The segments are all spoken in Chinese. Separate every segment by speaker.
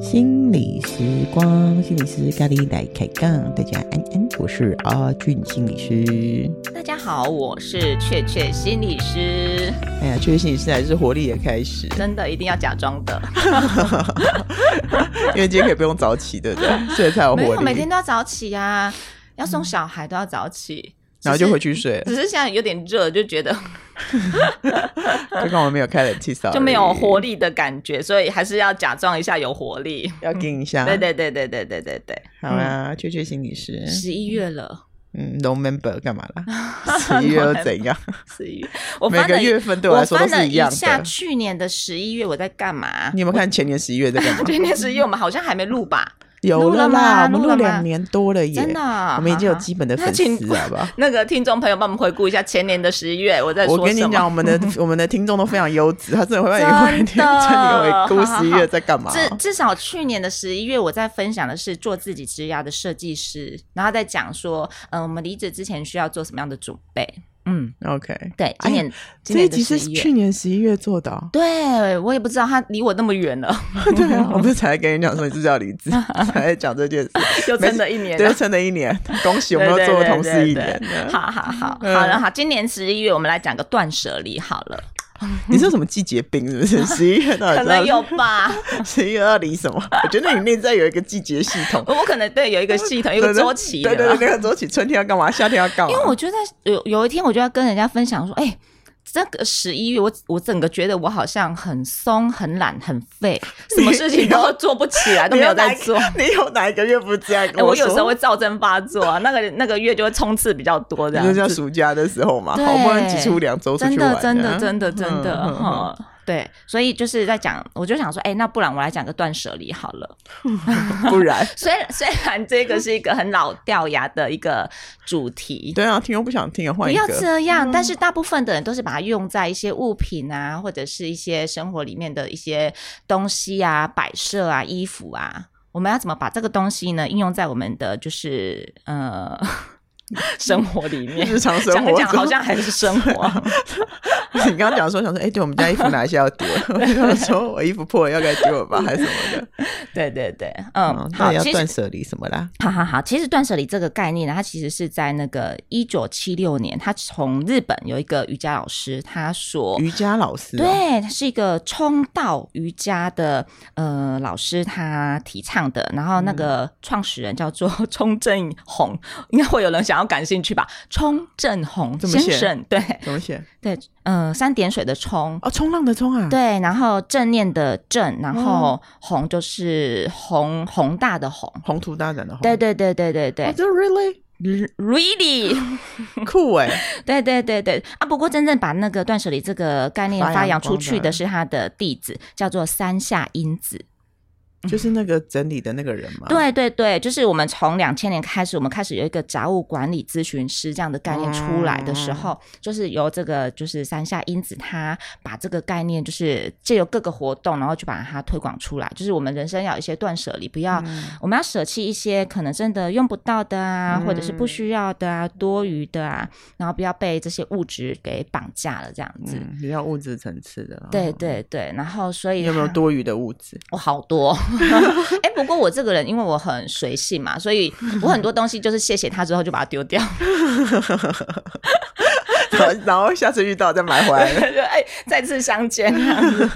Speaker 1: 心理时光，心理师咖喱来开杠，大家安安，我是阿俊心理师。
Speaker 2: 大家好，我是雀雀心理师，
Speaker 1: 哎呀，确实心理师还是活力的开始，
Speaker 2: 真的一定要假装的，
Speaker 1: 因为今天可以不用早起，对不对？所以才有
Speaker 2: 没
Speaker 1: 活
Speaker 2: 有
Speaker 1: 力。
Speaker 2: 每天都要早起呀、要送小孩都要早
Speaker 1: 嗯
Speaker 2: 起，
Speaker 1: 然后
Speaker 2: 只
Speaker 1: 就是回。去睡了，
Speaker 2: 只是现在有点热，就觉得
Speaker 1: 就跟我们没有开冷气扫，
Speaker 2: 就没有活，力的感觉，所以还是要假装一下有活力。
Speaker 1: 要盯一下。
Speaker 2: 对，对对对对对对对，
Speaker 1: 好啦，确确心理师，
Speaker 2: 十一月了，
Speaker 1: 嗯，no member 干嘛 啦？十一月又怎样？
Speaker 2: 十一月，我
Speaker 1: 每
Speaker 2: 翻
Speaker 1: 个
Speaker 2: 了一
Speaker 1: 月份对我
Speaker 2: 我
Speaker 1: 来说都
Speaker 2: 翻了
Speaker 1: 是
Speaker 2: 一
Speaker 1: 样
Speaker 2: 下
Speaker 1: 的。
Speaker 2: 去年的十一月我在干嘛？？
Speaker 1: 你有没有看前年十一月在干嘛
Speaker 2: 去年十一月我们好像还没录吧？
Speaker 1: 有
Speaker 2: 录了
Speaker 1: 啦，
Speaker 2: 吗
Speaker 1: 我们
Speaker 2: 录
Speaker 1: 录
Speaker 2: 了吗
Speaker 1: 两年多了耶，
Speaker 2: 真的啊，
Speaker 1: 嗯我们已经有
Speaker 2: 哈哈
Speaker 1: 基本的
Speaker 2: 那
Speaker 1: 粉
Speaker 2: 请
Speaker 1: 丝，好不好？
Speaker 2: 那个听众朋友帮我们回顾一下前年的十一月我在
Speaker 1: 我
Speaker 2: 说
Speaker 1: 跟你
Speaker 2: 什
Speaker 1: 讲，
Speaker 2: 么。
Speaker 1: 我们 的我们的听众都非常优质，他真的会帮你回听，
Speaker 2: 真的
Speaker 1: 叫你回
Speaker 2: 好
Speaker 1: 顾
Speaker 2: 好
Speaker 1: 十一
Speaker 2: 好
Speaker 1: 月在干嘛。
Speaker 2: 至至少去年的十一月，我在分享的是做自己职涯的设计师，然后在讲说，嗯、我们离职之前需要做什么样的准备。嗯，
Speaker 1: OK，
Speaker 2: 对，
Speaker 1: 哎
Speaker 2: 今
Speaker 1: 呀
Speaker 2: 年、今
Speaker 1: 这一
Speaker 2: 年的
Speaker 1: 集是
Speaker 2: 11月
Speaker 1: 去，年十一月做的 哦、
Speaker 2: 对我也不知道他离我那么远了，
Speaker 1: 对啊，我不是才跟你讲说你是不是要离 职，才在讲这件事，
Speaker 2: 又真的一年
Speaker 1: 对，
Speaker 2: 了。
Speaker 1: 撑了一 年，恭喜我们
Speaker 2: 对
Speaker 1: 又
Speaker 2: 对
Speaker 1: 做
Speaker 2: 对
Speaker 1: 同
Speaker 2: 对
Speaker 1: 事一
Speaker 2: 对
Speaker 1: 年了。
Speaker 2: 好好好，
Speaker 1: 嗯
Speaker 2: 好了好，今年十一月我们来讲个断舍离好 了，
Speaker 1: 你是有什么季节病是不是？十一月到底
Speaker 2: 可能
Speaker 1: 知
Speaker 2: 有
Speaker 1: 道
Speaker 2: 吧，
Speaker 1: 十一月要离什么？我觉得你内在有一个季节系统，
Speaker 2: 我可能对有一个系统， 有一
Speaker 1: 对
Speaker 2: 个
Speaker 1: 对
Speaker 2: 周期的
Speaker 1: 对
Speaker 2: 啦，
Speaker 1: 对对，那个周期，春天要干嘛？夏天要干嘛？
Speaker 2: 因为我就在有有一天，我就要跟人家分享说，哎、这个十一月，我我整个觉得我好像很松、很懒、很 废，什么事情都做不起来，都
Speaker 1: 你
Speaker 2: 没
Speaker 1: 有
Speaker 2: 有在
Speaker 1: 哪一
Speaker 2: 做。哎
Speaker 1: 你有哪一个月不是这样跟
Speaker 2: 我
Speaker 1: 说？
Speaker 2: 有时候会躁症发作啊，那个那个月就会冲刺比较多，这
Speaker 1: 你就
Speaker 2: 样
Speaker 1: 像
Speaker 2: 子。
Speaker 1: 暑假的时候嘛，
Speaker 2: 对
Speaker 1: 好不容易挤出两周出
Speaker 2: 真
Speaker 1: 去
Speaker 2: 的，
Speaker 1: 玩，
Speaker 2: 真的，真的，真的，
Speaker 1: 嗯嗯嗯
Speaker 2: 哈、对，所以就是在讲，我就想说，哎、那不然我来讲个断舍离好了。
Speaker 1: 不然，
Speaker 2: 虽然 虽然这个是一个很老掉牙的一个主题，
Speaker 1: 对啊，听又不想听，换
Speaker 2: 不
Speaker 1: 一
Speaker 2: 要
Speaker 1: 个。
Speaker 2: 这样，但是大部分的人都是把它用在一些物品啊，或者是一些生活里面的一些东西啊、摆设啊、衣服啊。我们要怎么把这个东西呢应用在我们的就是呃 生活里面？
Speaker 1: 日常生
Speaker 2: 讲
Speaker 1: 活
Speaker 2: 一
Speaker 1: 中，
Speaker 2: 讲好像还是生活，
Speaker 1: 你刚刚讲说想说，哎、对我们家衣服哪一些要丢？ 我想说我衣服破了要该丢了吧，还是什么的？
Speaker 2: 对对对，嗯
Speaker 1: 嗯，，那
Speaker 2: 好，
Speaker 1: 也要
Speaker 2: 其
Speaker 1: 断
Speaker 2: 实
Speaker 1: 舍离什么啦？
Speaker 2: 好好好，其实断舍离这个概念呢，它其实是在那个一九七六年，他从日本有一个瑜伽老师，他所
Speaker 1: 瑜伽老师、哦，
Speaker 2: 对，他是一个冲道瑜伽的呃老师，他提倡的。然后那
Speaker 1: 嗯
Speaker 2: 个创始人叫做 冲正弘，应该会有人想要感兴趣吧？冲正弘
Speaker 1: 怎么
Speaker 2: 先
Speaker 1: 写
Speaker 2: 生，对
Speaker 1: 怎么写？
Speaker 2: 对，嗯、三点水的冲。
Speaker 1: 哦，冲浪的冲啊，，
Speaker 2: 对，然后正念的正，然后宏就是宏宏大的宏，
Speaker 1: 哦宏图大展的宏。
Speaker 2: 对对对对对对
Speaker 1: 哦，这 really
Speaker 2: ，really，
Speaker 1: 酷哎、
Speaker 2: 对对对对啊！不过真正把那个断舍离这个概念
Speaker 1: 发扬
Speaker 2: 发扬出
Speaker 1: 光
Speaker 2: 去
Speaker 1: 大
Speaker 2: 的是他的弟子，叫做山下英子。
Speaker 1: 就是那个整理的那个人嘛。
Speaker 2: 对对对，就是我们从两千年开始，我们开始有一个杂物管理咨询师这样的概念出来的
Speaker 1: 嗯
Speaker 2: 时候，就是由这个就是山下英子她把这个概念，就是借由各个活动，然后去把它推广出来。就是我们人生要有一些断舍离，不要、
Speaker 1: 嗯
Speaker 2: 我们要舍弃一些可能真的用不到的啊，或者是
Speaker 1: 嗯
Speaker 2: 不需要的啊，多余的啊，然后不要被这些物质给绑架了这样子。
Speaker 1: 嗯，比较物质层次的啦。啊
Speaker 2: 对对对，然后所以
Speaker 1: 你有没有
Speaker 2: 她
Speaker 1: 多余的物质？
Speaker 2: 我哦好多， 哎、不过我这个人因为我很随性嘛，所以我很多东西就是谢谢他之后就把它丢掉。
Speaker 1: 然后然后下次遇到再买回来。
Speaker 2: 就哎、再次相见这样子。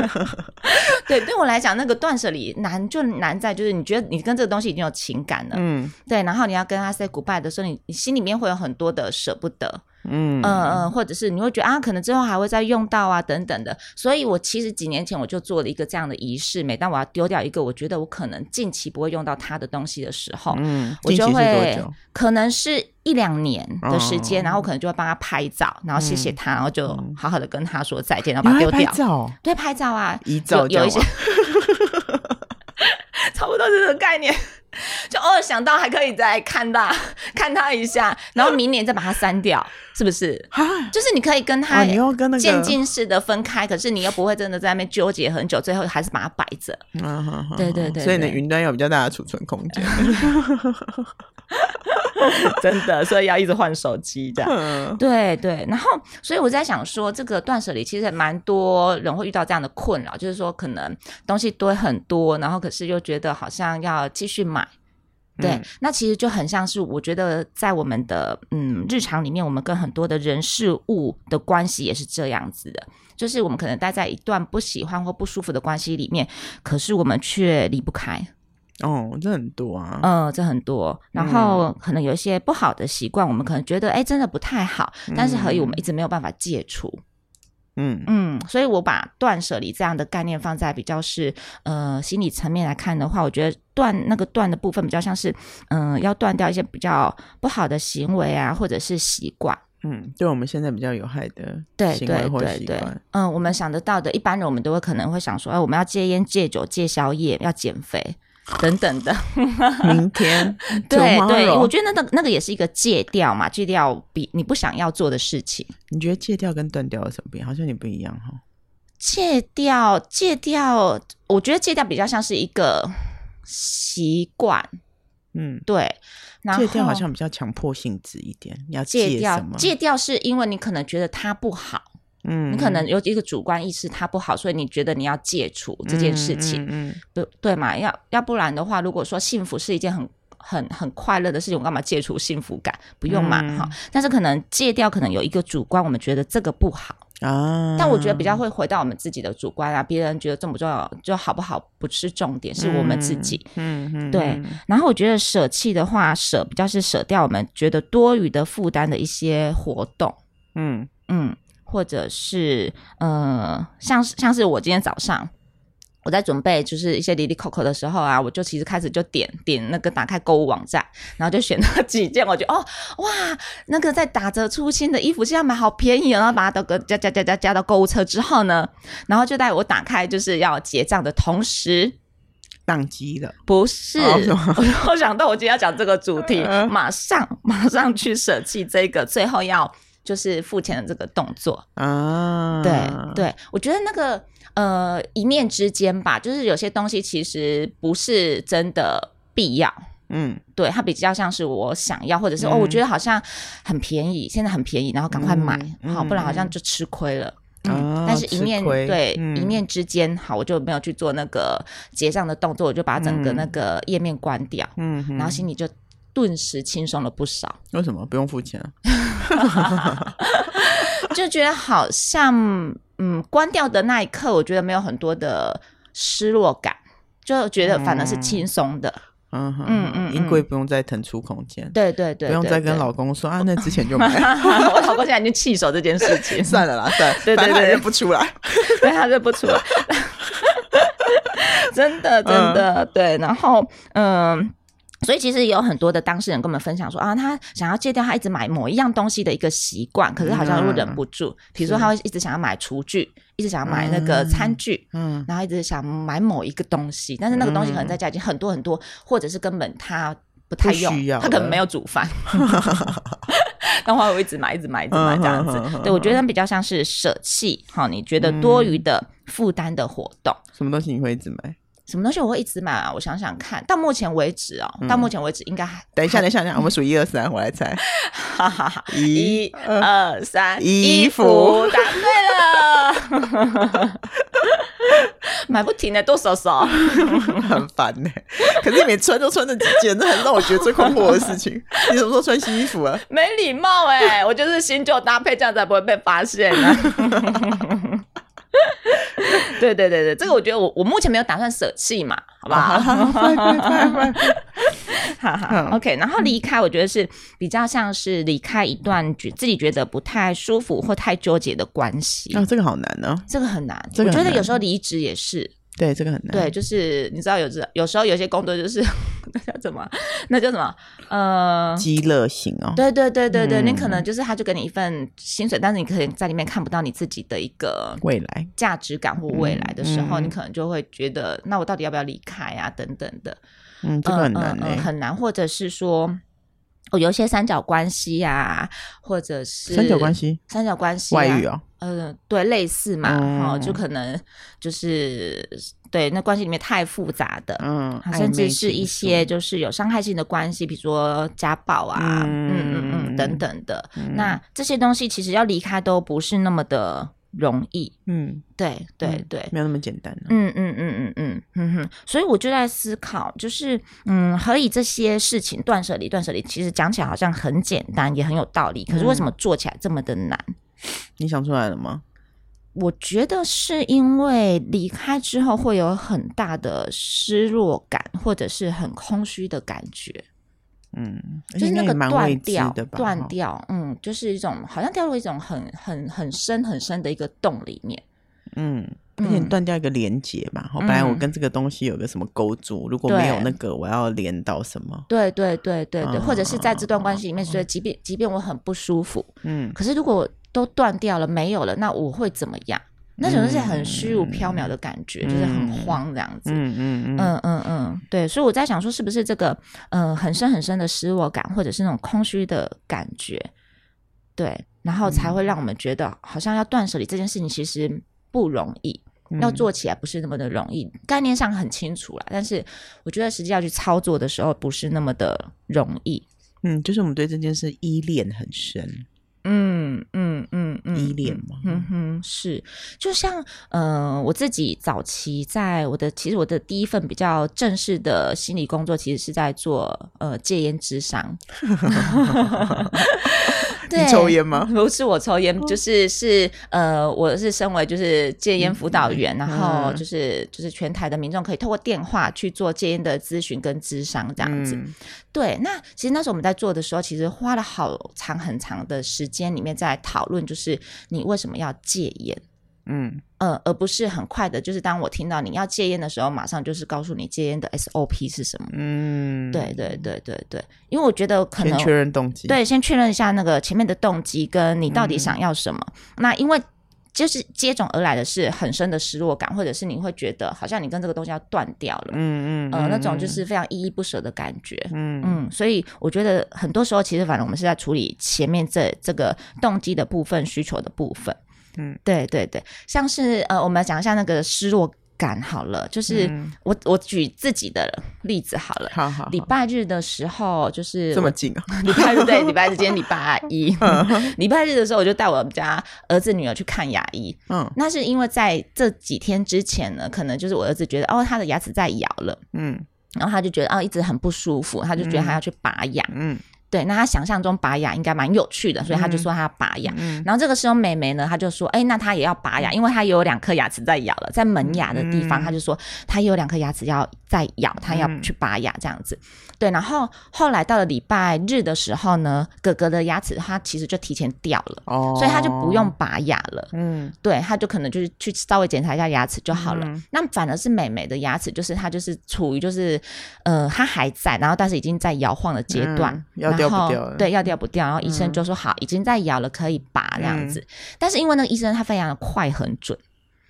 Speaker 2: 对，对我来讲，那个断舍离难就难在就是你觉得你跟这个东西已经有情感了，
Speaker 1: 嗯
Speaker 2: 对，然后你要跟他 say goodbye 的时候，你你心里面会有很多的舍不得，
Speaker 1: 嗯
Speaker 2: 嗯嗯，或者是你会觉得啊，可能之后还会再用到啊，等等的。所以我其实几年前我就做了一个这样的仪式，每当我要丢掉一个我觉得我可能近期不会用到它的东西的时候，
Speaker 1: 嗯，
Speaker 2: 我
Speaker 1: 近
Speaker 2: 就
Speaker 1: 期是多
Speaker 2: 会
Speaker 1: 久？
Speaker 2: 可能是一两年的时间，
Speaker 1: 哦嗯
Speaker 2: 然后我可能就会帮他拍照，然后谢谢他，然后就好好的跟他说再见，然后
Speaker 1: 你
Speaker 2: 把它
Speaker 1: 还
Speaker 2: 丢
Speaker 1: 拍
Speaker 2: 掉。
Speaker 1: 照？
Speaker 2: 对，拍照啊，
Speaker 1: 遗照
Speaker 2: 有有一些
Speaker 1: 这样
Speaker 2: 差不多是这个概念，就偶尔想到还可以再看他 看他一下，然后明年再把它删掉，是不是？
Speaker 1: 哈，
Speaker 2: 就是你可以跟他
Speaker 1: 啊，你又跟那个
Speaker 2: 渐进式的分开，可是你又不会真的在那边纠结很久，最后还是把它摆着。
Speaker 1: 嗯哼哼
Speaker 2: 对对对
Speaker 1: 所以你的
Speaker 2: 对
Speaker 1: 云端有比较大的储存空间。
Speaker 2: 真的，所以要一直换手机这样。
Speaker 1: 嗯
Speaker 2: 对对，然后所以我在想说，这个断舍离其实蛮多人会遇到这样的困扰，就是说可能东西堆很多，然后可是又觉得好像要继续买。对，
Speaker 1: 嗯
Speaker 2: 那其实就很像是我觉得在我们的嗯日常里面，我们跟很多的人事物的关系也是这样子的，就是我们可能待在一段不喜欢或不舒服的关系里面，可是我们却离不开。
Speaker 1: 哦，这很多啊。
Speaker 2: 嗯，这很多。然后
Speaker 1: 嗯
Speaker 2: 可能有一些不好的习惯，我们可能觉得哎，真的不太好，但是何以我们一直没有办法戒除？
Speaker 1: 嗯
Speaker 2: 嗯，所以我把断舍离这样的概念放在比较是呃心理层面来看的话，我觉得断那个断的部分比较像是嗯、呃要断掉一些比较不好的行为啊，或者是习惯。
Speaker 1: 嗯，对我们现在比较有害的
Speaker 2: 对
Speaker 1: 行为
Speaker 2: 对
Speaker 1: 或
Speaker 2: 对
Speaker 1: 习
Speaker 2: 对
Speaker 1: 惯，，
Speaker 2: 嗯，我们想得到的，一般人我们都会可能会想说，哎，我们要戒烟、戒酒、戒宵夜，要减肥等等的。
Speaker 1: 明天
Speaker 2: 对对，
Speaker 1: tomorrow
Speaker 2: 我觉得那个那个也是一个戒掉嘛，戒掉比你不想要做的事情。
Speaker 1: 你觉得戒掉跟断掉有什么不一样？好像也不一样哈。
Speaker 2: 戒掉，戒掉，我觉得戒掉比较像是一个习惯，
Speaker 1: 嗯，
Speaker 2: 对。然后
Speaker 1: 戒掉好像比较强迫性质一点，你要
Speaker 2: 戒
Speaker 1: 什
Speaker 2: 掉，
Speaker 1: 么？
Speaker 2: 戒掉是因为你可能觉得它不好，
Speaker 1: 嗯，
Speaker 2: 你可能有一个主观意识它不好，所以你觉得你要戒除这件事情，
Speaker 1: 嗯，嗯
Speaker 2: 对对嘛？要要不然的话，如果说幸福是一件很。很很快乐的事情，我干嘛戒除幸福感？不用嘛
Speaker 1: 嗯
Speaker 2: 哈、但是可能戒掉，可能有一个主观，我们觉得这个不好，
Speaker 1: 嗯啊，
Speaker 2: 但我觉得比较会回到我们自己的主观啊，别人觉得重不重要，就好不好不是重点，是我们自己。
Speaker 1: 嗯，嗯嗯，
Speaker 2: 对
Speaker 1: 嗯
Speaker 2: 然后我觉得舍弃的话，舍比较是舍掉我们觉得多余的负担的一些活动，
Speaker 1: 嗯，
Speaker 2: 嗯，或者是呃，像是像是我今天早上。我在准备就是一些离离扣扣的时候啊，我就其实开始就点点那个打开购物网站，然后就选了几件，我觉得哦哇，那个在打折出新的衣服，现在买好便宜哦，然后把它都个加加加加加到购物车之后呢，然后就在我打开就是要结账的同时，
Speaker 1: 宕机了，
Speaker 2: 不是，
Speaker 1: 哦是吗
Speaker 2: 我我想到我今天要讲这个主题
Speaker 1: 嗯，
Speaker 2: 马上马上去舍弃这个最后要就是付钱的这个动作。
Speaker 1: 啊，
Speaker 2: 对、对，我觉得那个呃一念之间吧，就是有些东西其实不是真的必要。
Speaker 1: 嗯，
Speaker 2: 对它比较像是我想要，或者是、哦，我觉得好像很便宜，现在很便宜，然后赶快买，
Speaker 1: 嗯
Speaker 2: 好，不然好像
Speaker 1: 嗯
Speaker 2: 就吃亏了。嗯
Speaker 1: 啊
Speaker 2: 但是一念
Speaker 1: 吃亏
Speaker 2: 对、
Speaker 1: 嗯
Speaker 2: 一念之间，好，我就没有去做那个结账的动作，我就把整个
Speaker 1: 嗯
Speaker 2: 那个页面关掉，
Speaker 1: 嗯哼，
Speaker 2: 然后心里就顿时轻松了不少，
Speaker 1: 为什么不用付钱啊？
Speaker 2: 就觉得好像嗯，关掉的那一刻，我觉得没有很多的失落感，就觉得反而是轻松的。
Speaker 1: 嗯哼
Speaker 2: 嗯嗯
Speaker 1: 衣柜不用再腾出空间，
Speaker 2: 对对对
Speaker 1: 不用
Speaker 2: 对
Speaker 1: 再跟
Speaker 2: 对
Speaker 1: 老公说啊，那之前就买了，
Speaker 2: 我老公现在已经弃守这件事情，
Speaker 1: 算了啦，算了，
Speaker 2: 对对
Speaker 1: 反正他
Speaker 2: 对
Speaker 1: 认不出来，
Speaker 2: 对他认不出来，真
Speaker 1: 嗯
Speaker 2: 的真的、对。然后嗯，所以其实也有很多的当事人跟我们分享说啊，他想要戒掉他一直买某一样东西的一个习惯，可是好像又忍不住。比如说
Speaker 1: 是
Speaker 2: 他会一直想要买厨具，一直想要买那个餐具。
Speaker 1: 嗯嗯
Speaker 2: 然后一直想买某一个东西，但是那个东西可能在家已经很多很多，或者是根本他不太
Speaker 1: 不需
Speaker 2: 用，
Speaker 1: 要
Speaker 2: 他可能
Speaker 1: 了
Speaker 2: 没有煮饭， 但话我一直买，一直买，一直买这样子
Speaker 1: 嗯哼哼哼。嗯
Speaker 2: 对我觉得比较像是舍弃，好，你觉得多余的负担的活动。
Speaker 1: 什么东西你会一直买？
Speaker 2: 什么东西我会一直买啊？我想想看，到目前为止哦，到目
Speaker 1: 嗯
Speaker 2: 前为止应该还
Speaker 1: 等一下，等一下， 等一下，我们数一二三，我来猜，
Speaker 2: 哈哈哈，
Speaker 1: 一呃
Speaker 2: 一二三，
Speaker 1: 衣
Speaker 2: 衣服答对了， 买不停的剁手手。
Speaker 1: 很烦呢、可是你每穿都穿那几件，那很让我觉得最困惑的事 情。你什么时候穿新衣服啊？
Speaker 2: 没礼貌哎、我就是新旧搭配，这样才不会被发现呢、 对对对对，这个我觉得我我目前没有打算舍弃嘛，好不
Speaker 1: 啊
Speaker 2: 好？
Speaker 1: 快快快快！
Speaker 2: 哈 哈
Speaker 1: 嗯
Speaker 2: ，OK。然后离开，我觉得是比较像是离开一段觉自己觉得不太舒服或太纠结的关系，
Speaker 1: 啊、这个好难哦。
Speaker 2: 这个很难。
Speaker 1: 这个
Speaker 2: 我觉
Speaker 1: 很
Speaker 2: 得
Speaker 1: 难
Speaker 2: 有时候离职也是，
Speaker 1: 对，这个很难。
Speaker 2: 对，，就是你知道有时有时候有些工作就是 那叫什么？那叫什么？呃，
Speaker 1: 饥乐型哦。
Speaker 2: 对对对对对，
Speaker 1: 嗯
Speaker 2: 你可能就是他就给你一份薪水，但是你可能在里面看不到你自己的一个
Speaker 1: 未来，
Speaker 2: 价值感或未来的时候，
Speaker 1: 嗯嗯
Speaker 2: 你可能就会觉得，那我到底要不要离开啊？等等的，
Speaker 1: 嗯，这个很难
Speaker 2: 嗯
Speaker 1: 呢、
Speaker 2: 嗯嗯很难，或者是说。哦，有一些三角关系啊，或者是
Speaker 1: 三角关系、
Speaker 2: 三角关系、啊、
Speaker 1: 外遇哦，
Speaker 2: 呃，对，类似嘛，哈、
Speaker 1: 嗯
Speaker 2: 就可能就是对那关系里面太复杂的，
Speaker 1: 嗯
Speaker 2: 啊，甚至是一些
Speaker 1: 就
Speaker 2: 就是有伤害性的关系，比如说家暴啊，
Speaker 1: 嗯
Speaker 2: 嗯嗯嗯等等的。
Speaker 1: 嗯
Speaker 2: 那这些东西其实要离开都不是那么的容易，
Speaker 1: 嗯，
Speaker 2: 对对
Speaker 1: 嗯
Speaker 2: 对。
Speaker 1: 没有那么简单啊。
Speaker 2: 嗯嗯嗯嗯嗯嗯哼，所以我就在思考，就是嗯，何以这些事情断舍离，断舍离，其实讲起来好像很简单，也很有道理，可是
Speaker 1: 嗯
Speaker 2: 为什么做起来这么的难？
Speaker 1: 你想出来了吗？
Speaker 2: 我觉得是因为离开之后会有很大的失落感，或者是很空虚的感觉，
Speaker 1: 嗯，而
Speaker 2: 就
Speaker 1: 且
Speaker 2: 是
Speaker 1: 应该
Speaker 2: 那
Speaker 1: 也
Speaker 2: 个
Speaker 1: 蛮未
Speaker 2: 断
Speaker 1: 知
Speaker 2: 掉
Speaker 1: 的吧？
Speaker 2: 断
Speaker 1: 哈，
Speaker 2: 掉，嗯，就是一种好像掉入一种很很很深很深的一个洞里面。
Speaker 1: 嗯。而且你
Speaker 2: 嗯
Speaker 1: 断掉一个连接嘛，哈、本来我
Speaker 2: 嗯
Speaker 1: 跟这个东西有个什么勾住，如果没有
Speaker 2: 对
Speaker 1: 那个，我要连到什么？
Speaker 2: 对对对对对，或者是在这段关系里面，
Speaker 1: 嗯
Speaker 2: 所以即便即便我很不舒服，
Speaker 1: 嗯，
Speaker 2: 可是如果都断掉了，没有了，那我会怎么样？那种就是很虚无缥缈的感觉，就是很慌这样子。
Speaker 1: 嗯嗯嗯，
Speaker 2: 嗯嗯嗯，对，所以我在想说，是不是这个呃很深很深的失落感，或者是那种空虚的感觉，对，然后才会
Speaker 1: 嗯
Speaker 2: 让我们觉得好像要断舍离这件事情其实不容易，要
Speaker 1: 嗯
Speaker 2: 做起来不是那么的容易。概念上很清楚啦，但是我觉得实际要去操作的时候不是那么的容易。
Speaker 1: 嗯，就是我们对这件事依恋很深，
Speaker 2: 嗯嗯嗯嗯，
Speaker 1: 依恋嘛
Speaker 2: 嗯哼，是，就像呃，我自己早期在我的，其实我的第一份比较正式的心理工作，其实是在做呃戒烟 智商。对，
Speaker 1: 你抽烟吗？哦
Speaker 2: 不是我抽烟，就是是呃，我是身为就是戒烟辅导员，然后
Speaker 1: 嗯
Speaker 2: 就是就是全台的民众可以透过电话去做戒烟的咨询跟智商
Speaker 1: 这
Speaker 2: 这样子。对，那其实那时候我们在做的时候，其实花了好长很长的时间里面在讨论，就是你为什么要戒烟。
Speaker 1: 嗯
Speaker 2: 呃，而不是很快的，就是当我听到你要戒烟的时候，马上就是告诉你戒烟的 SOP 是什么。
Speaker 1: 嗯，
Speaker 2: 对对对对对，因为我觉得可
Speaker 1: 先
Speaker 2: 能
Speaker 1: 确认动机，，
Speaker 2: 对，先确认一下那个前面的动机，跟你到底
Speaker 1: 嗯
Speaker 2: 想要什么。那因为就是接踵而来的是很深的失落感，或者是你会觉得好像你跟这个东西要断掉了，
Speaker 1: 嗯嗯，
Speaker 2: 呃，那种
Speaker 1: 嗯
Speaker 2: 就是非常依依不舍的感觉。
Speaker 1: 嗯嗯
Speaker 2: 嗯，所以我觉得很多时候，其实反正我们是在处理前面这这个动机的部分、需求的部分。
Speaker 1: 嗯，
Speaker 2: 对对对，像是呃，我们来讲一下那个失落感好了，就是、
Speaker 1: 嗯
Speaker 2: 我我举自己的例子好了。
Speaker 1: 好好好
Speaker 2: 礼拜日的时候，就是
Speaker 1: 这么
Speaker 2: 我
Speaker 1: 近嗯啊，
Speaker 2: 礼拜日 对，礼拜日今天礼拜一， 礼拜日的时候我就带我们家儿子女儿去看牙医。
Speaker 1: 嗯
Speaker 2: 那是因为在这几天之前呢，可能就是我儿子觉得哦他的牙齿在咬了，
Speaker 1: 嗯
Speaker 2: 然后他就觉得哦一直很不舒服，他就觉得他要去拔牙。
Speaker 1: 嗯
Speaker 2: 对，那他想象中拔牙应该蛮有趣的，所以他就说他要拔牙。
Speaker 1: 嗯
Speaker 2: 然后这个时候，妹妹呢，她就说：“哎、那她也要拔牙，因为她也有两颗牙齿在咬了，在门牙的地方，
Speaker 1: 嗯
Speaker 2: 她就说她有两颗牙齿要在咬，她要
Speaker 1: 嗯
Speaker 2: 去拔牙这样子。对，然后后来到了礼拜日的时候呢，哥哥的牙齿他其实就提前掉了，
Speaker 1: 哦，
Speaker 2: 所以他就不用拔牙了。
Speaker 1: 嗯
Speaker 2: 对，他就可能就是去稍微检查一下牙齿就好了。
Speaker 1: 嗯
Speaker 2: 那反而是美美的牙齿，就是她就是处于就是呃，她还在，然后但是已经在摇晃的阶段，
Speaker 1: 嗯要掉不
Speaker 2: 然后
Speaker 1: 掉了嗯
Speaker 2: 对，要掉不掉。然后医生就说好，已经在摇了，可以拔这样子。但是因为那个医生他非常的快很准，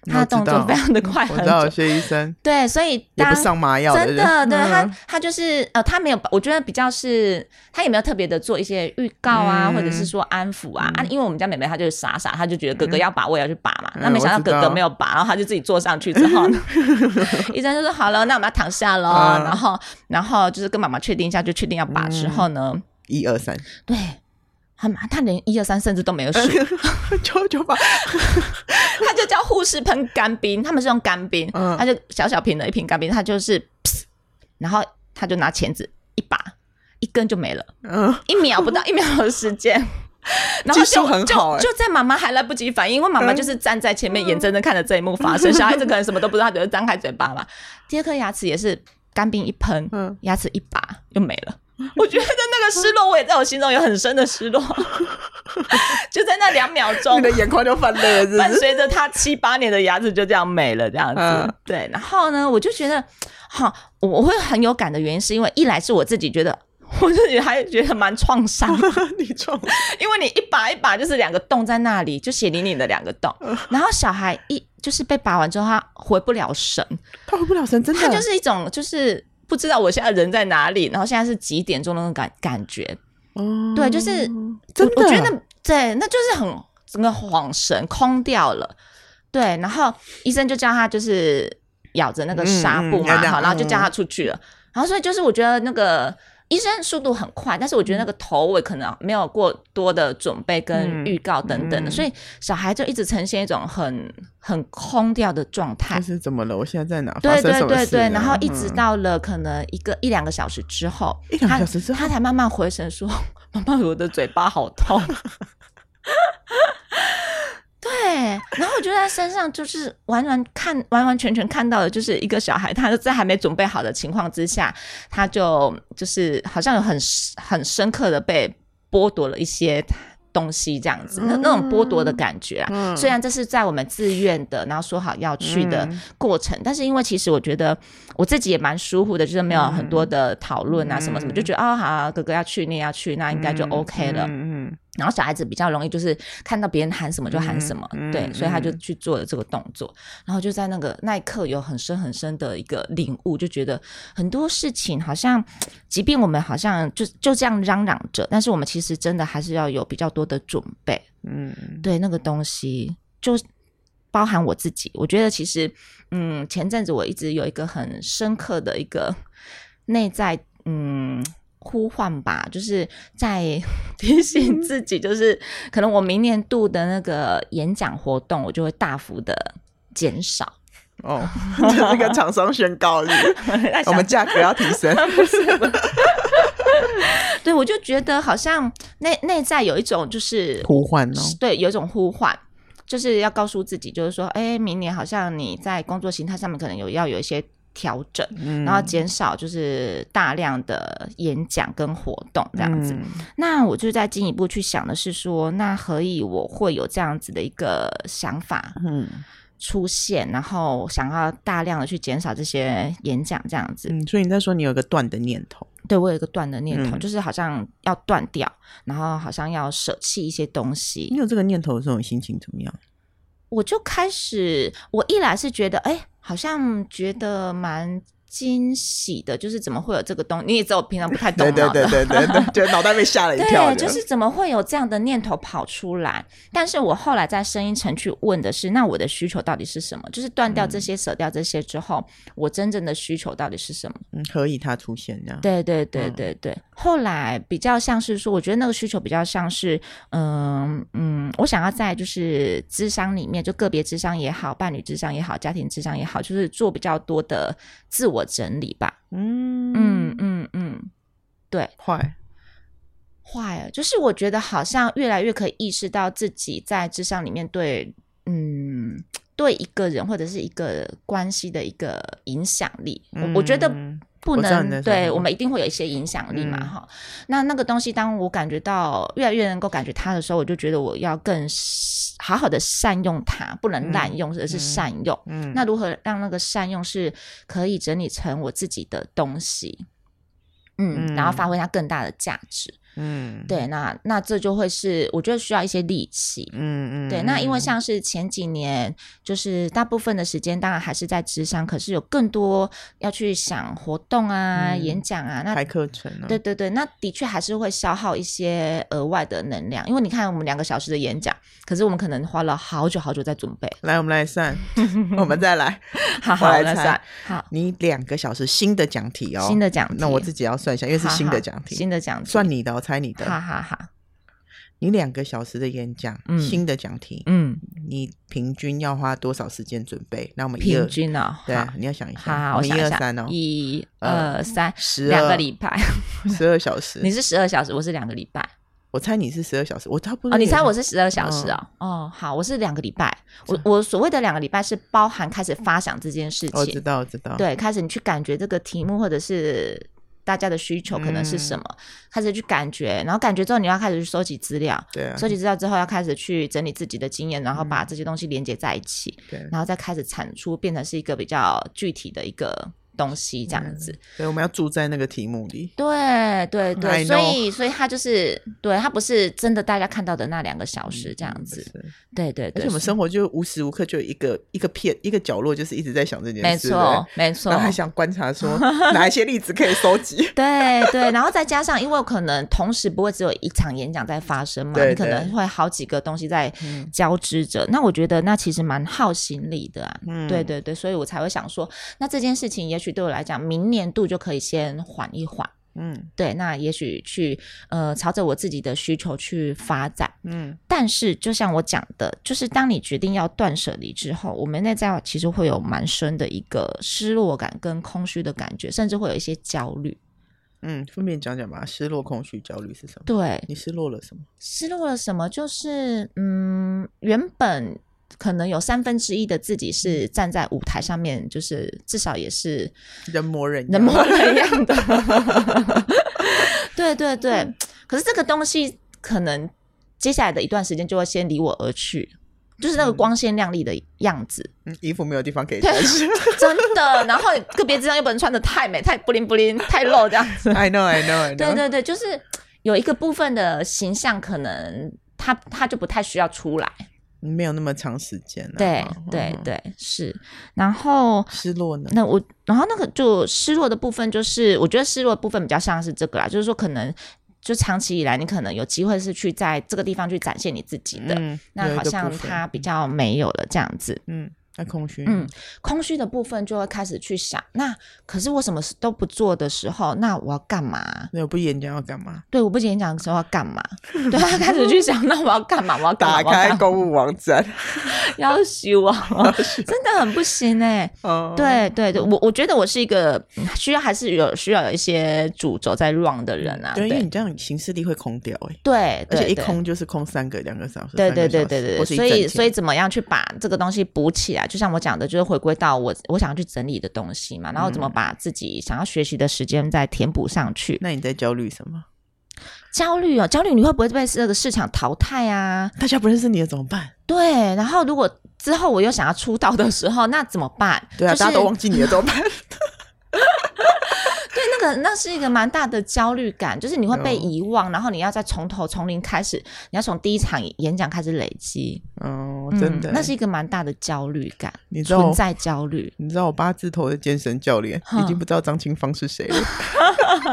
Speaker 2: 他
Speaker 1: 我
Speaker 2: 的
Speaker 1: 知
Speaker 2: 动作
Speaker 1: 道
Speaker 2: 非常的快
Speaker 1: 我
Speaker 2: 很
Speaker 1: 知道有
Speaker 2: 准，
Speaker 1: 些医生
Speaker 2: 对，所以
Speaker 1: 也
Speaker 2: 当
Speaker 1: 不上麻药
Speaker 2: 真
Speaker 1: 人，
Speaker 2: 的，对
Speaker 1: 嗯
Speaker 2: 他，他就是呃，他没有，我觉得比较是他也没有特别的做一些预告啊，
Speaker 1: 嗯
Speaker 2: 或者是说安抚啊、啊，因为我们家妹妹她就是傻傻，她就觉得哥哥要拔，我也要去拔嘛。
Speaker 1: 嗯
Speaker 2: 那没想到
Speaker 1: 我知道
Speaker 2: 哥哥没有拔，然后她就自己坐上去之后 呢，医生就说好了，那我们要躺下喽、
Speaker 1: 嗯
Speaker 2: 然后，然后就是跟妈妈确定一下，就确定要拔之后呢，
Speaker 1: 一二 三，
Speaker 2: 对。他妈，他连一二三甚至都没有数，
Speaker 1: 九九 八，
Speaker 2: 他就叫护士喷干冰，他们是用干冰，
Speaker 1: 嗯
Speaker 2: 他就小小瓶的一瓶干冰，他就是，噗然后他就拿钳子一拔，一根就没了，
Speaker 1: 嗯，
Speaker 2: 一秒 不到一秒的时间。然后
Speaker 1: 技术
Speaker 2: 就
Speaker 1: 很好欸
Speaker 2: 就，就在妈妈还来不及反应，因为妈妈就是站在前面，眼睁睁看着这一幕发生。小孩子可能什么都不知道，他只是张开嘴巴嘛。第二颗牙齿也是干冰一喷，
Speaker 1: 嗯
Speaker 2: 牙齿一拔又没了。我觉得那个失落，我也在我心中有很深的 失落，就在那两秒钟，
Speaker 1: 你的眼眶就泛泪了，是
Speaker 2: 伴
Speaker 1: 不是？
Speaker 2: 随着他七八年的牙齿就这样没了，这样子。
Speaker 1: 嗯
Speaker 2: 对，然后呢，我就觉得，好，我我会很有感的原因，是因为一来是我自己觉得，我自己还觉得蛮创伤，
Speaker 1: 你撞，
Speaker 2: 因为你一把一把就是两个洞在那里，就血淋淋的两个洞，然后小孩一就是被拔完之后，他回不了神，
Speaker 1: 他回不了神，真的，
Speaker 2: 他就是一种就是。不知道我现在人在哪里，然后现在是几点钟的那种感感觉，
Speaker 1: 嗯
Speaker 2: 对就是
Speaker 1: 真的
Speaker 2: 我，我觉得那对，那就是很整个恍神空掉了。对，然后医生就叫他就是咬着那个纱布嘛，
Speaker 1: 嗯嗯
Speaker 2: 好，
Speaker 1: 嗯
Speaker 2: 然后就叫他出去了。然后所以就是我觉得那个医生速度很快，但是我觉得那个头尾可能没有过多的准备跟
Speaker 1: 嗯
Speaker 2: 预告等等的，
Speaker 1: 嗯
Speaker 2: 所以小孩就一直呈现一种很很空掉的状态
Speaker 1: 这。是怎么了？我现在在哪？发
Speaker 2: 对
Speaker 1: 生
Speaker 2: 对
Speaker 1: 什么
Speaker 2: 对
Speaker 1: 事
Speaker 2: 对，
Speaker 1: 了
Speaker 2: 然后一直
Speaker 1: 嗯
Speaker 2: 到了可能一个一两个小时之后，
Speaker 1: 一两个小时之后
Speaker 2: 他，他才慢慢回神说：“ 妈妈，我的嘴巴好痛。” 对，然后我觉得他身上就是完完看完完全全看到的，就是一个小孩，他就在还没准备好的情况之下，他就就是好像有很很深刻的被剥夺了一些东西，这样子，那那种剥夺的感觉啊。
Speaker 1: 嗯
Speaker 2: 虽然这是在我们自愿的，然后说好要去的
Speaker 1: 嗯
Speaker 2: 过程，但是因为其实我觉得我自己也蛮疏忽的，就是没有很多的讨论啊，
Speaker 1: 嗯
Speaker 2: 什么什么，就觉得哦，好、啊，哥哥要去，你也要去，那应该就
Speaker 1: 嗯
Speaker 2: OK 了。
Speaker 1: 嗯嗯
Speaker 2: 然后小孩子比较容易就是看到别人喊什么就喊什么，
Speaker 1: 嗯嗯
Speaker 2: 对，所以他就
Speaker 1: 嗯
Speaker 2: 去做了这个动作，然后就在那个那一刻有很深很深的一个领悟，就觉得很多事情好像，即便我们好像就就这样嚷嚷着，但是我们其实真的还是要有比较多的准备，
Speaker 1: 嗯嗯
Speaker 2: 对那个东西，就包含我自己。我觉得其实，嗯，前阵子我一直有一个很深刻的一个内在，嗯。呼唤吧，就是在 提
Speaker 1: 嗯
Speaker 2: 醒自己，就是可能我明年度的那个演讲活动，我就会大幅的减少。
Speaker 1: 哦，这是跟厂商宣告日，
Speaker 2: 在
Speaker 1: 我
Speaker 2: 想
Speaker 1: 们价格要提 升。
Speaker 2: 对我就觉得好像内内在有一种就是
Speaker 1: 呼唤哦，
Speaker 2: 对，有一种呼唤，就是要告诉自己，就是说，哎，明年好像你在工作形态上面可能有要有一些调整，
Speaker 1: 嗯
Speaker 2: 然后减少就是大量的演讲跟活动这样子。
Speaker 1: 嗯
Speaker 2: 那我就再进一步去想的是说，那何以我会有这样子的一个想法
Speaker 1: 嗯
Speaker 2: 出现，然后想要大量的去减少这些演讲这样子？
Speaker 1: 嗯，所以你在说你有一个断的念头，
Speaker 2: 对我有一个断的念头，
Speaker 1: 嗯
Speaker 2: 就是好像要断掉，然后好像要舍弃一些东西。
Speaker 1: 你有这个念头的时候，你心情怎么样？
Speaker 2: 我就开始，我一来是觉得，哎、好像觉得蛮惊喜的，就是怎么会有这个东你也知道我平常不太懂
Speaker 1: 对
Speaker 2: 脑的，
Speaker 1: 对对对对对，觉得脑袋被吓了一跳
Speaker 2: 对，
Speaker 1: 的，
Speaker 2: 就是怎么会有这样的念头跑出来？但是我后来在声音层去问的是，那我的需求到底是什么？就是断掉
Speaker 1: 嗯
Speaker 2: 这些、舍掉这些之后，我真正的需求到底是什么？
Speaker 1: 嗯，何以它出现这样？
Speaker 2: 对对对
Speaker 1: 嗯
Speaker 2: 对对，后来比较像是说，我觉得那个需求比较像是，嗯嗯，我想要在就是智商里面，就个别智商也好，伴侣智商也好，家庭智商也好，就是做比较多的自我整理吧。
Speaker 1: 嗯
Speaker 2: 嗯，嗯嗯，对，
Speaker 1: 坏，
Speaker 2: 坏了，就是我觉得好像越来越可以意识到自己在智商里面对，嗯。对一个人或者是一个关系的一个影响力，我我觉得
Speaker 1: 嗯
Speaker 2: 不
Speaker 1: 我知道你在说什
Speaker 2: 能对
Speaker 1: 么
Speaker 2: 我们一定会有一些影响力嘛
Speaker 1: 嗯
Speaker 2: 哈、那那个东西，当我感觉到越来越能够感觉它的时候，我就觉得我要更是好好的善用它，不能滥用，而是善用。
Speaker 1: 嗯
Speaker 2: 那如何让那个善用是可以整理成我自己的东西？嗯，
Speaker 1: 嗯
Speaker 2: 然后发挥它更大的价值。
Speaker 1: 嗯，
Speaker 2: 对，那那这就会是我觉得需要一些力气。
Speaker 1: 嗯嗯，
Speaker 2: 对，那因为
Speaker 1: 嗯
Speaker 2: 像是前几年，就是大部分的时间当然还是在职场，可是有更多要去想活动啊、
Speaker 1: 嗯
Speaker 2: 演讲啊，那
Speaker 1: 排课程啊，
Speaker 2: 对对对，那的确还是会消耗一些额外的能量，因为你看我们两个小时的演讲，可是我们可能花了好久好久在准 备。
Speaker 1: 来，我们来 算，我们再来。
Speaker 2: 好好，
Speaker 1: 嗯我来
Speaker 2: 那
Speaker 1: 猜
Speaker 2: 算好，
Speaker 1: 你两个小时新的讲题哦，
Speaker 2: 新的讲题，
Speaker 1: 那我自己要算一下，因为是
Speaker 2: 好
Speaker 1: 新
Speaker 2: 好
Speaker 1: 的讲题，
Speaker 2: 新的讲题，
Speaker 1: 算你的，我猜你
Speaker 2: 哈
Speaker 1: 的。
Speaker 2: 哈哈，
Speaker 1: 你两个小时的演讲，
Speaker 2: 嗯
Speaker 1: 新的讲题，
Speaker 2: 嗯，
Speaker 1: 你平均要花多少时间准备？那我们一
Speaker 2: 平
Speaker 1: 二，
Speaker 2: 均哦，
Speaker 1: 对啊
Speaker 2: 好，
Speaker 1: 你要想一
Speaker 2: 好
Speaker 1: 下，
Speaker 2: 好，
Speaker 1: 我
Speaker 2: 我
Speaker 1: 们一
Speaker 2: 想一
Speaker 1: 二
Speaker 2: 下
Speaker 1: 三哦，
Speaker 2: 一二三，
Speaker 1: 十
Speaker 2: 两个礼拜，
Speaker 1: 十二小时
Speaker 2: 你。是十二小时，我是两个礼拜。
Speaker 1: 我猜你是十二小时，我差不多
Speaker 2: 哦，
Speaker 1: 也。
Speaker 2: 你猜我是十二小
Speaker 1: 嗯
Speaker 2: 时哦？哦，好，我是两个礼拜。我我所谓的两个礼拜是包含开始发想这件事
Speaker 1: 我哦知
Speaker 2: 情，
Speaker 1: 道，我知道。，
Speaker 2: 对，啊开始你去感觉这个题目或者是大家的需求可能是
Speaker 1: 嗯
Speaker 2: 什么，开始去感觉，然后感觉之后你要开始去收集资料，
Speaker 1: 对啊
Speaker 2: 收集资料之后要开始去整理自己的经验，然后把这些东西连接在一起，
Speaker 1: 嗯对啊
Speaker 2: 然后再开始产出，变成是一个比较具体的一个东西这样子。
Speaker 1: 对，我们要住在那个题目里。
Speaker 2: 对对对，
Speaker 1: I
Speaker 2: 所以所以它就是对它不是真的大家看到的那两个小时这样子。
Speaker 1: 嗯是
Speaker 2: 对对
Speaker 1: 而
Speaker 2: 对
Speaker 1: 且我，们生活就无时无刻就有一个一个片一个角落，就是一直在想这件
Speaker 2: 没
Speaker 1: 事。对不对
Speaker 2: 错没错
Speaker 1: 然后。还想观察说哪一些例子可以收 集。
Speaker 2: 对对，然后再加上，因为可能同时不会只有一场演讲在发生嘛，
Speaker 1: 对
Speaker 2: 你可
Speaker 1: 对
Speaker 2: 能会好几个东西在
Speaker 1: 嗯
Speaker 2: 交织着。那我觉得那其实蛮耗心力的啊。
Speaker 1: 嗯
Speaker 2: 对对对，所以我才会想说，那这件事情也许对我来讲，明年度就可以先缓一缓。
Speaker 1: 嗯
Speaker 2: 对，那也许去呃，朝着我自己的需求去发展。
Speaker 1: 嗯
Speaker 2: 但是，就像我讲的，就是当你决定要断舍离之后，我们内在其实会有蛮深的一个失落感跟空虚的感觉，甚至会有一些焦虑。
Speaker 1: 嗯，分别讲讲吧。失落、空虚、焦虑是什么？
Speaker 2: 对，
Speaker 1: 你失落了什么？
Speaker 2: 失落了什么？就是嗯，原本可能有三分之一的自己是站在舞台上面，就是至少也是
Speaker 1: 人模人样
Speaker 2: 人模人样的。 对对对，可是这个东西可能接下来的一段时间就会先离我而去，就是那个光鲜亮丽的样子，
Speaker 1: 嗯衣服没有地方可以
Speaker 2: 对
Speaker 1: 穿。是
Speaker 2: 真的。然后个别之上又不能穿的太美、太布灵布灵、太露这 样子。
Speaker 1: I know, I know, I know。
Speaker 2: 啊对对对，就是有一个部分的形象可能。他他就不太需要出来，
Speaker 1: 没有那么长时间、啊。
Speaker 2: 对
Speaker 1: 嗯
Speaker 2: 对
Speaker 1: 嗯
Speaker 2: 对，是。然后
Speaker 1: 失落呢？
Speaker 2: 那我，然后那个就失落的部分，就是我觉得失落的部分比较像是这个啦，就是说可能就长期以来，你可能有机会是去在这个地方去展现你自己的，
Speaker 1: 嗯，有
Speaker 2: 那
Speaker 1: 一
Speaker 2: 好
Speaker 1: 个
Speaker 2: 像
Speaker 1: 部分
Speaker 2: 它比较没有了这样子。
Speaker 1: 嗯，那空虚呢，
Speaker 2: 嗯，空虚的部分就会开始去想，那可是我什么事都不做的时候，那我要干嘛？
Speaker 1: 那我不演讲要干嘛？
Speaker 2: 对，我不演讲的时候要干嘛？ 对，他开始去想，那我要干嘛？我要干嘛？
Speaker 1: 打
Speaker 2: 我要
Speaker 1: 开
Speaker 2: 干嘛
Speaker 1: 购物网站，
Speaker 2: 要修啊，真的很不行哎、
Speaker 1: 哦，
Speaker 2: 对对对，我我觉得我是一个 嗯需要还是有需要有一些主轴在 run 的人啊，
Speaker 1: 嗯对，因为
Speaker 2: 对
Speaker 1: 你这样行事力会空掉哎，
Speaker 2: 对，
Speaker 1: 而且
Speaker 2: 对
Speaker 1: 一。空就是空三个、两个小时，
Speaker 2: 对对
Speaker 1: 三个
Speaker 2: 对对
Speaker 1: 小时
Speaker 2: 对
Speaker 1: 或
Speaker 2: 对，
Speaker 1: 是一
Speaker 2: 所以
Speaker 1: 整天
Speaker 2: 所以怎么样去把这个东西补起来？就像我讲的，就是回归到我我想要去整理的东西嘛，然后
Speaker 1: 嗯
Speaker 2: 怎么把自己想要学习的时间再填补上去。
Speaker 1: 那你在焦虑什么？
Speaker 2: 焦虑哦，焦虑你会不会被这个市场淘汰啊？
Speaker 1: 大家不认识你了怎么办？
Speaker 2: 对，然后如果之后我又想要出道的时候，那怎么办？
Speaker 1: 对啊，
Speaker 2: 就是
Speaker 1: 大家都忘记你了怎么 办？
Speaker 2: 对，那个那是一个蛮大的焦虑感，就是你会被
Speaker 1: 有
Speaker 2: 遗忘，然后你要再从头从零开始，你要从第一场演讲开始累积，
Speaker 1: 哦，真的，
Speaker 2: 嗯那是一个蛮大的焦虑感，
Speaker 1: 你知道
Speaker 2: 存在焦虑。
Speaker 1: 你知道我八字头的健身教练
Speaker 2: 哼
Speaker 1: 已经不知道张清芳是谁 了，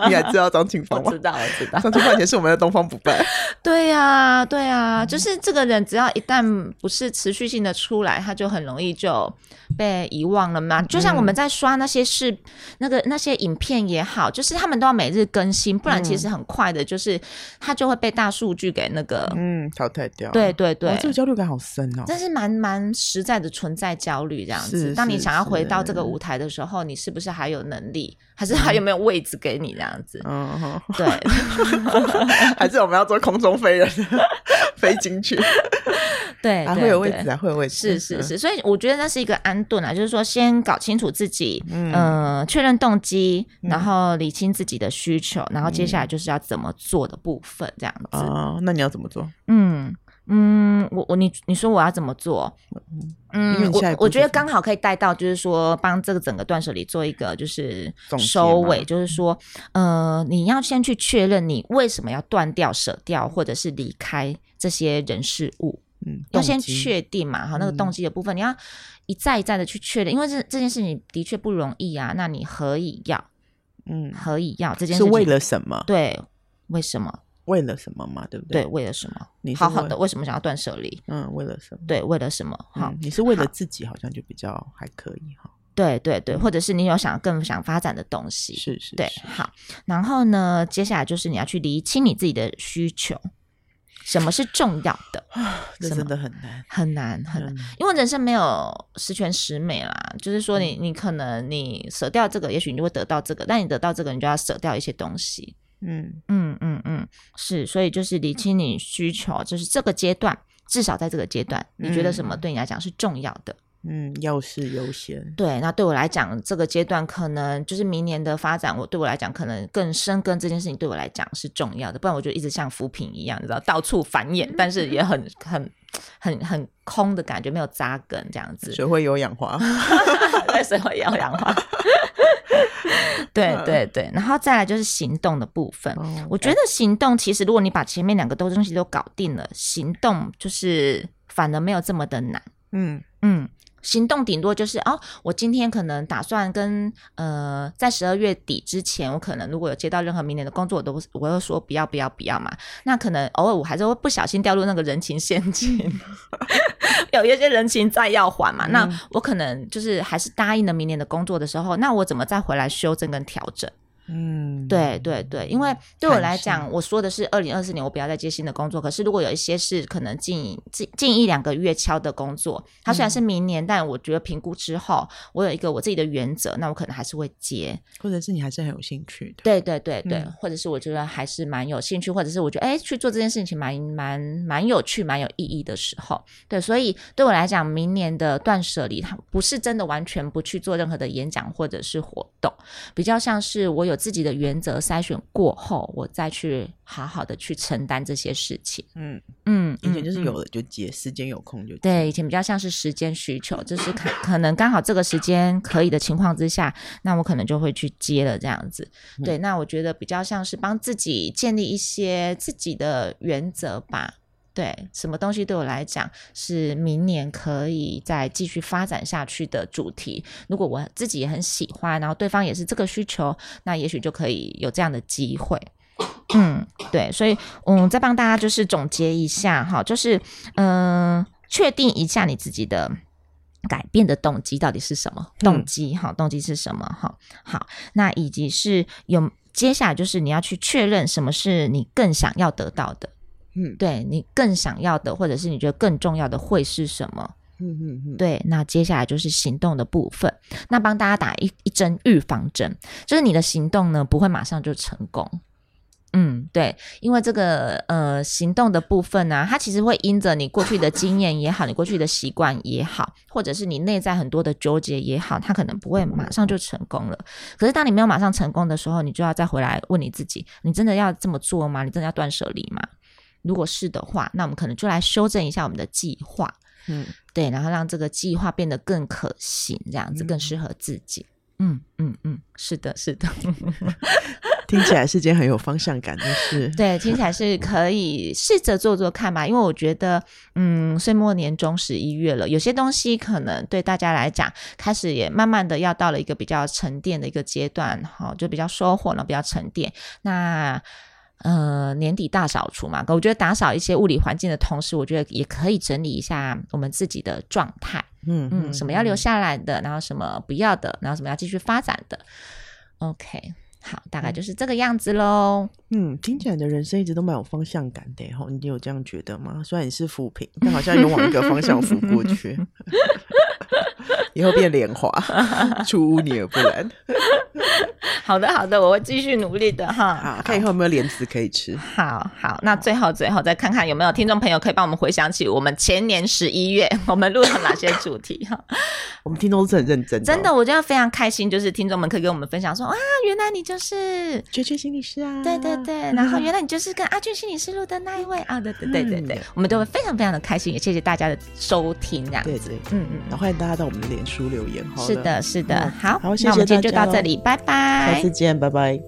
Speaker 1: 你还知道张清芳
Speaker 2: 我
Speaker 1: 吗
Speaker 2: 知？道，我知道，
Speaker 1: 张清芳以前是我们的东方不败，
Speaker 2: 对呀、对呀、就是这个人，只要一旦不是持续性的出来，他就很容易就被遗忘了嘛。就像我们
Speaker 1: 嗯
Speaker 2: 在刷那些视、那个那些影片也好，就是他们都要每日更新，不然其实很快的，就是他就会被大数据给那个，
Speaker 1: 嗯，淘汰掉。
Speaker 2: 对对对，
Speaker 1: 哇，这个焦虑感好深哦。
Speaker 2: 但是蛮蛮实在的存在焦虑这样子。
Speaker 1: 是
Speaker 2: 当你
Speaker 1: 是
Speaker 2: 想要回到
Speaker 1: 是
Speaker 2: 这个舞台的时候，你是不是还有能力，还是还有没有位置给你这样子？
Speaker 1: 嗯哼，
Speaker 2: 对
Speaker 1: 还是我们要做空中飞人， 飞进去，
Speaker 2: 对，
Speaker 1: 还
Speaker 2: 对
Speaker 1: 会有位。置
Speaker 2: 对
Speaker 1: 啊，会有位置。
Speaker 2: 是是是，所以我觉得那是一个安顿啊，就是说先搞清楚自己，
Speaker 1: 嗯
Speaker 2: 呃，确认动机，然后理清自己的需求，然后接下来就是要怎么做的部分，这样
Speaker 1: 嗯。
Speaker 2: 子。
Speaker 1: 哦，那你要怎么做？
Speaker 2: 嗯嗯，我我你你说我要怎么做？
Speaker 1: 因为
Speaker 2: 嗯，
Speaker 1: 你
Speaker 2: 我
Speaker 1: 下一步
Speaker 2: 我觉
Speaker 1: 就
Speaker 2: 得
Speaker 1: 是
Speaker 2: 刚好可以带到，就是说帮这个整个断舍离做一个就是
Speaker 1: 总结
Speaker 2: 收
Speaker 1: 嘛嗯
Speaker 2: 尾，就是说，呃，你要先去确认你为什么要断掉、舍掉，或者是离开这些人事物，
Speaker 1: 嗯，
Speaker 2: 要
Speaker 1: 动
Speaker 2: 先
Speaker 1: 机嗯
Speaker 2: 确定嘛，哈，那个动机的部分，你要一再一再的去确认，因为这这件事情的确不容易啊，那你何以要
Speaker 1: 嗯，
Speaker 2: 何以要这件事
Speaker 1: 是
Speaker 2: 情
Speaker 1: 为了什么？
Speaker 2: 对为什么
Speaker 1: 为了什么嘛？对不
Speaker 2: 对
Speaker 1: 对？
Speaker 2: 为了什么
Speaker 1: 你是
Speaker 2: 好好
Speaker 1: 为
Speaker 2: 的为什么想要断舍离？
Speaker 1: 嗯，为了什么？
Speaker 2: 对，为了什么？好，
Speaker 1: 嗯，你是为了
Speaker 2: 好
Speaker 1: 自己，好像就比较还可以哈。
Speaker 2: 对对对，或者是你有想更想发展的东西，
Speaker 1: 是是，
Speaker 2: 对
Speaker 1: 是，
Speaker 2: 好。然后呢，接下来就是你要去厘清你自己的需求，什么是重要的，
Speaker 1: 这
Speaker 2: 什
Speaker 1: 真
Speaker 2: 么
Speaker 1: 的很难。
Speaker 2: 很难很难。
Speaker 1: 嗯
Speaker 2: 因为人生没有十全十美啦，就是说你你可能你舍掉这个，也许你就会得到这个，但你得到这个，你就要舍掉一些东西。
Speaker 1: 嗯
Speaker 2: 嗯嗯嗯，是，所以就是理清你需求，就是这个阶段，至少在这个阶段，你觉得什么对你来讲是重要的？
Speaker 1: 嗯，要事优先。
Speaker 2: 对，那对我来讲，这个阶段可能就是明年的发展，我对我来讲，可能更深耕这件事情对我来讲是重要的，不然我就一直像浮萍一样，你知道，到处繁衍，但是也很很很很空的 感觉，没有扎根这样子。
Speaker 1: 学会有氧化，
Speaker 2: 为什么要氧化？ 对对对，然后再来就是行动的部分。
Speaker 1: 哦
Speaker 2: 我觉得行动其实，如果你把前面两个东西都搞定了，行动就是反而没有这么的难。
Speaker 1: 嗯
Speaker 2: 嗯，行动顶多就是哦，我今天可能打算跟呃，在十二月底之前，我可能如果有接到任何明年的工作，我都我都说不要不要不要嘛。那可能偶尔我还是会不小心掉入那个人情陷阱， 有一些人情债要还嘛。那我可能就是还是答应了明年的工作的时候，那我怎么再回来修正跟调整？
Speaker 1: 嗯，
Speaker 2: 对对对，因为对我
Speaker 1: 弹
Speaker 2: 来
Speaker 1: 性
Speaker 2: 讲，我说的是二零二四年我不要再接新的工作。可是如果有一些是可能近近近一两个月敲的工作，它虽
Speaker 1: 嗯
Speaker 2: 然是明年，但我觉得评估之后，我有一个我自己的原则，那我可能还是会接。
Speaker 1: 或者是你还是很有兴趣的，
Speaker 2: 对对对对，
Speaker 1: 嗯
Speaker 2: 或者是我觉得还是蛮有兴趣，或者是我觉得哎去做这件事情蛮蛮蛮有趣、蛮有意义的时候，对，所以对我来讲，明年的断舍离，它不是真的完全不去做任何的演讲或者是活动，比较像是我有自己的原则筛选过后，我再去好好的去承担这些事情。
Speaker 1: 嗯，
Speaker 2: 嗯，
Speaker 1: 以前就是
Speaker 2: 嗯嗯
Speaker 1: 有了就接，时间有空就接，
Speaker 2: 对，以前比较像是时间需求，就是可可能刚好这个时间可以的情况之下，那我可能就会去接了这样子。对，那我觉得比较像是帮自己建立一些自己的原则吧。对，什么东西对我来讲是明年可以再继续发展下去的主题？如果我自己也很喜欢，然后对方也是这个需求，那也许就可以有这样的机会。嗯，对，所以嗯，再帮大家就是总结一下哈，就是嗯、呃确定一下你自己的改变的动机到底是什么，动机哈，动机是什么哈？好，那以及是有接下来就是你要去确认什么是你更想要得到的，
Speaker 1: 嗯
Speaker 2: 对你更想要的，或者是你觉得更重要的会是什么？
Speaker 1: 嗯嗯嗯，
Speaker 2: 对，那接下来就是行动的部分。那帮大家打一一针预防针，就是你的行动呢不会马上就成功。嗯，对，因为这个呃行动的部分呢、它其实会因着你过去的经验也好，你过去的习惯也好，或者是你内在很多的纠结也好，它可能不会马上就成功了。可是当你没有马上成功的时候，你就要再回来问你自己：你真的要这么做吗？你真的要断舍离吗？如果是的话，那我们可能就来修正一下我们的计划。
Speaker 1: 嗯
Speaker 2: 对，然后让这个计划变得更可行，这样子更适合自己。嗯嗯嗯，是的，是的，
Speaker 1: 听起来是件很有方向感的 事，
Speaker 2: 对，听起来是可以试着做做看吧，因为我觉得，嗯，岁末年终十一月了，有些东西可能对大家来讲，开始也慢慢的要到了一个比较沉淀的一个阶段，哈、就比较收获了，比较沉淀。那呃，年底大扫除嘛，我觉得打扫一些物理环境的同时，我觉得也可以整理一下我们自己的状态。
Speaker 1: 嗯
Speaker 2: 嗯，什么要留下来的，然后什么不要的，然后什么要继续发展的。OK，好，大概就是这个样子喽。
Speaker 1: 嗯，听起来你的人生一直都蛮有方向感的吼，你有这样觉得吗？虽然你是扶贫，但好像有往一个方向扶过 去，以后变莲花，出污泥而不染。
Speaker 2: 好的，好的，我会继续努力的哈
Speaker 1: 啊，。看以后有没有莲子可以吃。
Speaker 2: 好好，那最后最后再看看有没有听众朋友可以帮我们回想起我们前年十一月我们录了哪些主题哈。
Speaker 1: 我们听众是很认真的、 哦
Speaker 2: 真的，，我觉得非常开心，就是听众们可以跟我们分享说啊，原来你就是。
Speaker 1: 缺缺心理师啊，
Speaker 2: 对对对，然后原来你就是跟阿俊心理师录的那一位啊，对对对对对，我们都会非常非常的开心，也谢谢大家的收听，这样子，
Speaker 1: 对对，
Speaker 2: 嗯嗯。
Speaker 1: 然后欢迎大家到我们的脸书留言，好了
Speaker 2: 是，的，是的
Speaker 1: 嗯，
Speaker 2: 好，
Speaker 1: 好谢
Speaker 2: 那我们
Speaker 1: 谢
Speaker 2: 今天
Speaker 1: 大家
Speaker 2: 就到这
Speaker 1: 咯
Speaker 2: 里，拜拜，
Speaker 1: 下次见，拜拜。